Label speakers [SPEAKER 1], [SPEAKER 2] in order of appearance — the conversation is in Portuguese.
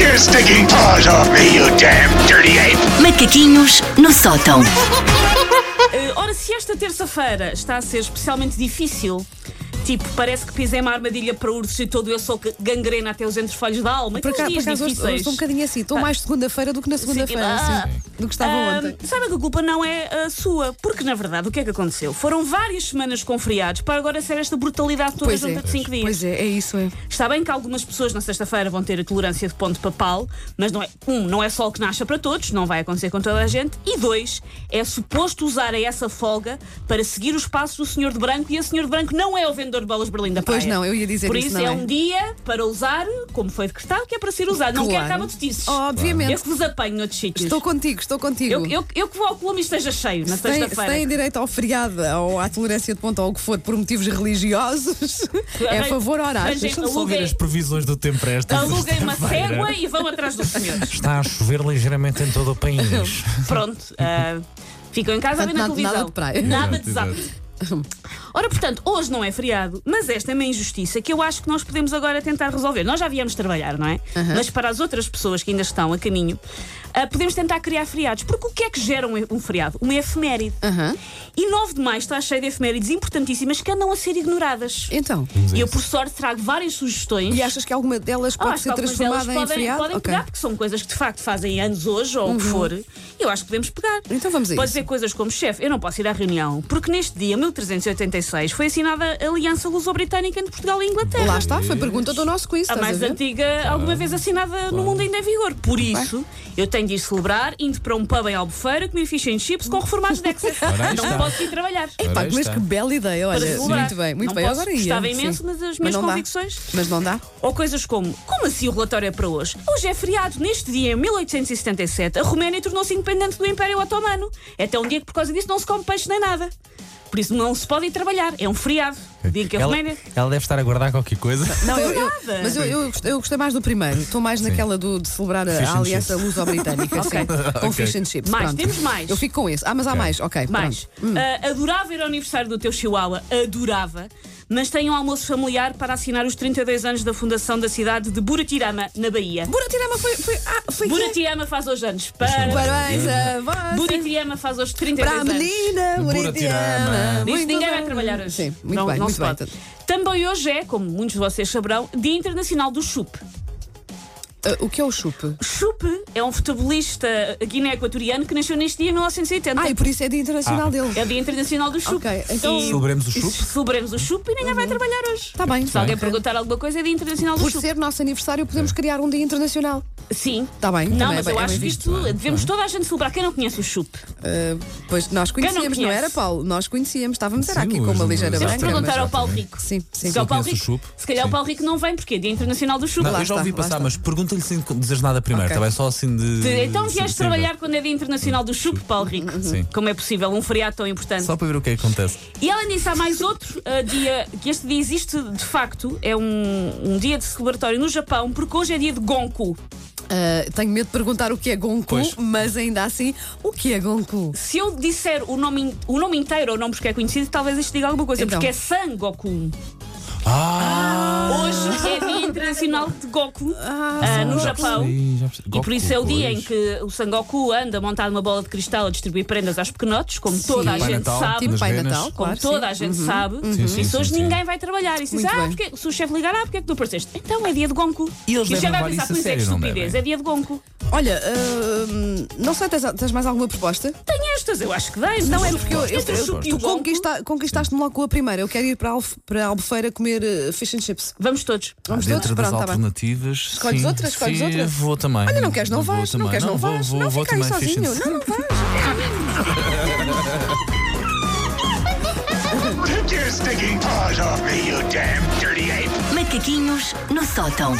[SPEAKER 1] your stinking paws off me, you damn dirty ape!
[SPEAKER 2] Macaquinhos no sótão.
[SPEAKER 3] Eh, Ora, se esta terça-feira está a ser especialmente difícil, tipo, parece que pisei uma armadilha para ursos e todo eu sou que gangrena até os entrefolhos da alma,
[SPEAKER 4] Por acaso, por
[SPEAKER 3] aqueles dias
[SPEAKER 4] acaso hoje, hoje
[SPEAKER 3] difíceis.
[SPEAKER 4] estou um bocadinho assim, estou mais segunda-feira do que na segunda-feira,
[SPEAKER 3] ah.
[SPEAKER 4] assim, do que estava
[SPEAKER 3] Ah,
[SPEAKER 4] ontem.
[SPEAKER 3] Saiba que a culpa não é a sua, porque na verdade o que é que aconteceu? Foram várias semanas com feriados para agora ser esta brutalidade toda
[SPEAKER 4] Pois
[SPEAKER 3] junta
[SPEAKER 4] é,
[SPEAKER 3] de 5 um dias.
[SPEAKER 4] Pois é, é isso, é.
[SPEAKER 3] Está bem que algumas pessoas na sexta-feira vão ter a tolerância de ponto papal, mas não é, um, não é só o que nasce para todos, não vai acontecer com toda a gente, e dois, é suposto usar essa folga para seguir os passos do Senhor de Branco, e o Senhor de Branco não é o vendedor de bolas de Berlim da
[SPEAKER 4] Pois
[SPEAKER 3] praia.
[SPEAKER 4] não, eu ia dizer
[SPEAKER 3] Por
[SPEAKER 4] isso,
[SPEAKER 3] isso
[SPEAKER 4] não
[SPEAKER 3] é
[SPEAKER 4] é?
[SPEAKER 3] um dia para usar, como foi decretado, que é para ser usado. Não quero
[SPEAKER 4] Claro.
[SPEAKER 3] que de notícias. Eu
[SPEAKER 4] Oh, Obviamente.
[SPEAKER 3] que vos apanho noutros sítios.
[SPEAKER 4] Estou contigo, estou contigo.
[SPEAKER 3] eu, eu, eu que vou ao Colombo e esteja cheio na
[SPEAKER 4] Se têm- se têm
[SPEAKER 3] sexta-feira.
[SPEAKER 4] direito ao feriado ou à tolerância de ponto ou o que for por motivos religiosos, é a favor horários.
[SPEAKER 3] Arranjem-
[SPEAKER 4] Deixa-me só-
[SPEAKER 3] Aluguei-
[SPEAKER 5] Ouvir as previsões do tempo para esta
[SPEAKER 3] Aluguem uma
[SPEAKER 5] sexta-feira.
[SPEAKER 3] cégua e vão atrás dos senhores.
[SPEAKER 5] Está a chover ligeiramente em todo o país.
[SPEAKER 3] Pronto, ah, ficam em casa a ver na
[SPEAKER 4] Portanto, nada-
[SPEAKER 3] televisão.
[SPEAKER 4] nada de praia.
[SPEAKER 3] Nada de
[SPEAKER 5] Exato,
[SPEAKER 3] zap. Ora, portanto, hoje não é feriado, mas esta é uma injustiça que eu acho que nós podemos agora tentar resolver. Nós já viemos trabalhar, não é? Mas para as outras pessoas que ainda estão a caminho, ah, podemos tentar criar feriados. Porque o que é que gera um, um feriado? Uma efeméride.
[SPEAKER 4] Aham.
[SPEAKER 3] E 9 de maio está cheio de efemérides importantíssimas que andam a ser ignoradas.
[SPEAKER 4] Então,
[SPEAKER 3] E eu, por sorte, trago várias sugestões.
[SPEAKER 4] e achas que alguma delas
[SPEAKER 3] Ah,
[SPEAKER 4] pode
[SPEAKER 3] acho
[SPEAKER 4] ser
[SPEAKER 3] que algumas delas
[SPEAKER 4] transformada em
[SPEAKER 3] podem,
[SPEAKER 4] feriado?
[SPEAKER 3] podem
[SPEAKER 4] Ok. Uhum.
[SPEAKER 3] pegar, porque são coisas que de facto fazem anos hoje ou o que for. E eu acho que podemos pegar.
[SPEAKER 4] Então vamos a
[SPEAKER 3] Pode
[SPEAKER 4] isso.
[SPEAKER 3] dizer coisas como chefe, eu não posso ir à reunião, porque neste dia, 1386, foi assinada a Aliança Luso-Britânica entre Portugal e Inglaterra.
[SPEAKER 4] Lá está, foi pergunta do nosso quiz.
[SPEAKER 3] A
[SPEAKER 4] estás
[SPEAKER 3] mais
[SPEAKER 4] ver?
[SPEAKER 5] Tá
[SPEAKER 3] antiga alguma vez assinada no mundo ainda em vigor. Por isso, eu tenho de ir celebrar, indo para um pub em Albufeira, comer fish and chips com reformados de Excel.
[SPEAKER 5] Ora, aí
[SPEAKER 3] Não
[SPEAKER 5] está.
[SPEAKER 3] posso ir trabalhar.
[SPEAKER 4] Pá,
[SPEAKER 5] Aí
[SPEAKER 4] mas
[SPEAKER 5] está.
[SPEAKER 4] que bela ideia,
[SPEAKER 3] Para
[SPEAKER 4] olha.
[SPEAKER 3] celebrar.
[SPEAKER 4] Muito bem, muito
[SPEAKER 3] Não
[SPEAKER 4] bem.
[SPEAKER 3] posso,
[SPEAKER 4] Agora ia.
[SPEAKER 3] gostava
[SPEAKER 4] sim.
[SPEAKER 3] imenso, mas as minhas
[SPEAKER 4] não dá.
[SPEAKER 3] convicções-
[SPEAKER 4] Mas não dá.
[SPEAKER 3] Ou coisas como: como assim o relatório é para hoje? Hoje é feriado. Neste dia, em 1877, a Roménia tornou-se independente do Império Otomano. É até um dia que, por causa disso, não se come peixe nem nada. Por isso, não se pode ir trabalhar. É um feriado. Digo que a
[SPEAKER 5] ela,
[SPEAKER 3] Roménia.
[SPEAKER 5] ela deve estar a guardar qualquer coisa.
[SPEAKER 4] Não, eu, eu-
[SPEAKER 3] Nada.
[SPEAKER 4] mas eu, eu, gost- eu gostei mais do primeiro. Estou mais naquela do, de celebrar
[SPEAKER 5] Fish
[SPEAKER 4] a,
[SPEAKER 5] and
[SPEAKER 4] a aliança
[SPEAKER 5] chips.
[SPEAKER 4] luso-britânica. sim. Com
[SPEAKER 5] Ok.
[SPEAKER 4] fish and chips.
[SPEAKER 3] Mais,
[SPEAKER 4] pronto.
[SPEAKER 3] temos mais.
[SPEAKER 4] Eu fico com esse. Ah, mas há mais. Ok,
[SPEAKER 3] Mais.
[SPEAKER 4] pronto. Hum.
[SPEAKER 3] Ah, adorava ir ao aniversário do teu Chihuahua. Adorava. Mas tem um almoço familiar para assinar os 32 anos da fundação da cidade de Buratirama, na Bahia.
[SPEAKER 4] Buratirama foi... foi, ah, foi quê?
[SPEAKER 3] Buratirama faz hoje anos. Para.
[SPEAKER 4] Parabéns a vocês.
[SPEAKER 3] Buratirama faz hoje 32
[SPEAKER 4] Para a
[SPEAKER 3] anos.
[SPEAKER 4] menina
[SPEAKER 5] Buratirama.
[SPEAKER 4] Buratirama.
[SPEAKER 3] Diz que
[SPEAKER 4] Muito
[SPEAKER 3] ninguém vai
[SPEAKER 4] bem.
[SPEAKER 3] trabalhar hoje.
[SPEAKER 4] Sim, muito
[SPEAKER 3] não,
[SPEAKER 4] bem,
[SPEAKER 3] não
[SPEAKER 4] muito
[SPEAKER 3] se
[SPEAKER 4] bem.
[SPEAKER 3] pode. Também hoje é, como muitos de vocês saberão, Dia Internacional do Chup.
[SPEAKER 4] Ah, o que é o chupe?
[SPEAKER 3] Chup é um futebolista guiné-equatoriano que nasceu neste dia em 1980.
[SPEAKER 4] Ah, e por isso é dia internacional dele.
[SPEAKER 3] É o Dia Internacional do Chup.
[SPEAKER 4] Ok, então-
[SPEAKER 3] E
[SPEAKER 5] Celebremos o chup.
[SPEAKER 3] celebremos o Chup e ninguém
[SPEAKER 4] Uhum.
[SPEAKER 3] vai trabalhar hoje.
[SPEAKER 4] Está Tá bem.
[SPEAKER 3] Se alguém
[SPEAKER 4] Ok.
[SPEAKER 3] perguntar alguma coisa, é Dia Internacional do
[SPEAKER 4] Por
[SPEAKER 3] Chup.
[SPEAKER 4] ser nosso aniversário, podemos criar um dia internacional.
[SPEAKER 3] Sim.
[SPEAKER 4] Está bem.
[SPEAKER 3] Não,
[SPEAKER 4] também é
[SPEAKER 3] mas
[SPEAKER 4] bem-
[SPEAKER 3] eu
[SPEAKER 4] é
[SPEAKER 3] acho
[SPEAKER 4] bem
[SPEAKER 3] que
[SPEAKER 4] visto.
[SPEAKER 3] isto devemos toda a gente celebrar. Quem não conhece o Chup?
[SPEAKER 4] Ah, pois nós conhecíamos, não,
[SPEAKER 3] conhece.
[SPEAKER 4] era, Paulo? Nós conhecíamos, estávamos era
[SPEAKER 5] Sim,
[SPEAKER 4] aqui
[SPEAKER 5] hoje
[SPEAKER 4] com uma
[SPEAKER 5] não-
[SPEAKER 4] ligeira
[SPEAKER 3] Temos
[SPEAKER 5] Temos de
[SPEAKER 3] de
[SPEAKER 4] branca.
[SPEAKER 3] perguntar
[SPEAKER 4] mas-
[SPEAKER 3] ao Paulo Rico.
[SPEAKER 4] Sim, sim.
[SPEAKER 3] Se, ao Paulo
[SPEAKER 5] conhece
[SPEAKER 3] Rico,
[SPEAKER 5] o Chup.
[SPEAKER 3] se calhar o
[SPEAKER 5] Sim.
[SPEAKER 3] Paulo Rico não vem porque é Dia Internacional do Chup.
[SPEAKER 5] Não, eu
[SPEAKER 4] está,
[SPEAKER 5] já ouvi
[SPEAKER 4] lá
[SPEAKER 5] passar,
[SPEAKER 4] está.
[SPEAKER 5] mas pergunta-lhe sem dizeres nada primeiro,
[SPEAKER 4] Ok.
[SPEAKER 5] também só assim de.
[SPEAKER 3] De- Então vieste
[SPEAKER 5] sim,
[SPEAKER 3] trabalhar quando é Dia Internacional do Chup, Paulo Rico.
[SPEAKER 5] Sim.
[SPEAKER 3] Como é possível um feriado tão importante?
[SPEAKER 5] Só para ver o que é que acontece.
[SPEAKER 3] E além disso, há mais outro uh, dia, que este dia existe de facto, é um, um dia de celebratório no Japão, porque hoje é dia de Gonku.
[SPEAKER 4] Ah, tenho medo de perguntar o que é Gonku,
[SPEAKER 5] Pois.
[SPEAKER 4] mas ainda assim, o que é Gonku?
[SPEAKER 3] Se eu disser o nome, in- o nome inteiro ou o nome porque é conhecido, talvez isto diga alguma coisa,
[SPEAKER 4] Então.
[SPEAKER 3] porque é Sangoku.
[SPEAKER 5] Ah!
[SPEAKER 3] Hoje é dia internacional de Goku uh, no Japão. E por isso é o dia em que o Sangoku anda montado numa bola de cristal a distribuir prendas aos pequenotes, como toda a
[SPEAKER 4] Pai
[SPEAKER 3] gente
[SPEAKER 5] Natal,
[SPEAKER 3] sabe.
[SPEAKER 4] Tipo
[SPEAKER 5] Nas
[SPEAKER 4] Pai
[SPEAKER 5] Venas.
[SPEAKER 4] Natal,
[SPEAKER 3] Como
[SPEAKER 4] claro.
[SPEAKER 3] toda
[SPEAKER 4] sim.
[SPEAKER 3] a gente sabe,
[SPEAKER 5] Uhum. Sim, sim,
[SPEAKER 3] isso hoje
[SPEAKER 5] sim, sim.
[SPEAKER 3] ninguém vai trabalhar. E se diz,
[SPEAKER 4] Muito
[SPEAKER 3] ah,
[SPEAKER 4] bem.
[SPEAKER 3] porque, se o chefe ligar, ah, porque é que não apareceste? Então é dia de Gonku.
[SPEAKER 5] E eles
[SPEAKER 3] o chefe
[SPEAKER 5] devem
[SPEAKER 3] vai
[SPEAKER 5] levar
[SPEAKER 3] pensar,
[SPEAKER 5] isso a
[SPEAKER 3] pois é que
[SPEAKER 5] sério, não
[SPEAKER 3] estupidez,
[SPEAKER 5] devem?
[SPEAKER 3] é dia de Gonku.
[SPEAKER 4] Olha, ah, não sei, tens, tens mais alguma proposta?
[SPEAKER 3] Tenho estas, eu acho que dei. Não é porque eu. Entre o chup e o
[SPEAKER 4] tu
[SPEAKER 3] Gonku,
[SPEAKER 4] conquista, conquistaste-me logo com a primeira. Eu quero ir para, Alf, para Albufeira comer ah, fish and chips.
[SPEAKER 3] Vamos todos.
[SPEAKER 4] Vamos todos?
[SPEAKER 5] Ah, Dentro das né?
[SPEAKER 4] Pronto, está bem.
[SPEAKER 5] alternativas.
[SPEAKER 4] Escolhes
[SPEAKER 5] sim,
[SPEAKER 4] outras, escolhes
[SPEAKER 5] sim,
[SPEAKER 4] outras.
[SPEAKER 5] Vou também.
[SPEAKER 4] Olha, não queres, não
[SPEAKER 5] Vou
[SPEAKER 4] vais. Não
[SPEAKER 5] também.
[SPEAKER 4] queres, não
[SPEAKER 5] vou,
[SPEAKER 4] vais.
[SPEAKER 5] vou-
[SPEAKER 4] Não
[SPEAKER 5] vou
[SPEAKER 4] fica aí
[SPEAKER 5] também, assim. fish and
[SPEAKER 4] sozinho. Não, não vais.
[SPEAKER 1] Rip your stinking paws off me, you damn dirty ape!
[SPEAKER 2] Macaquinhos no sótão.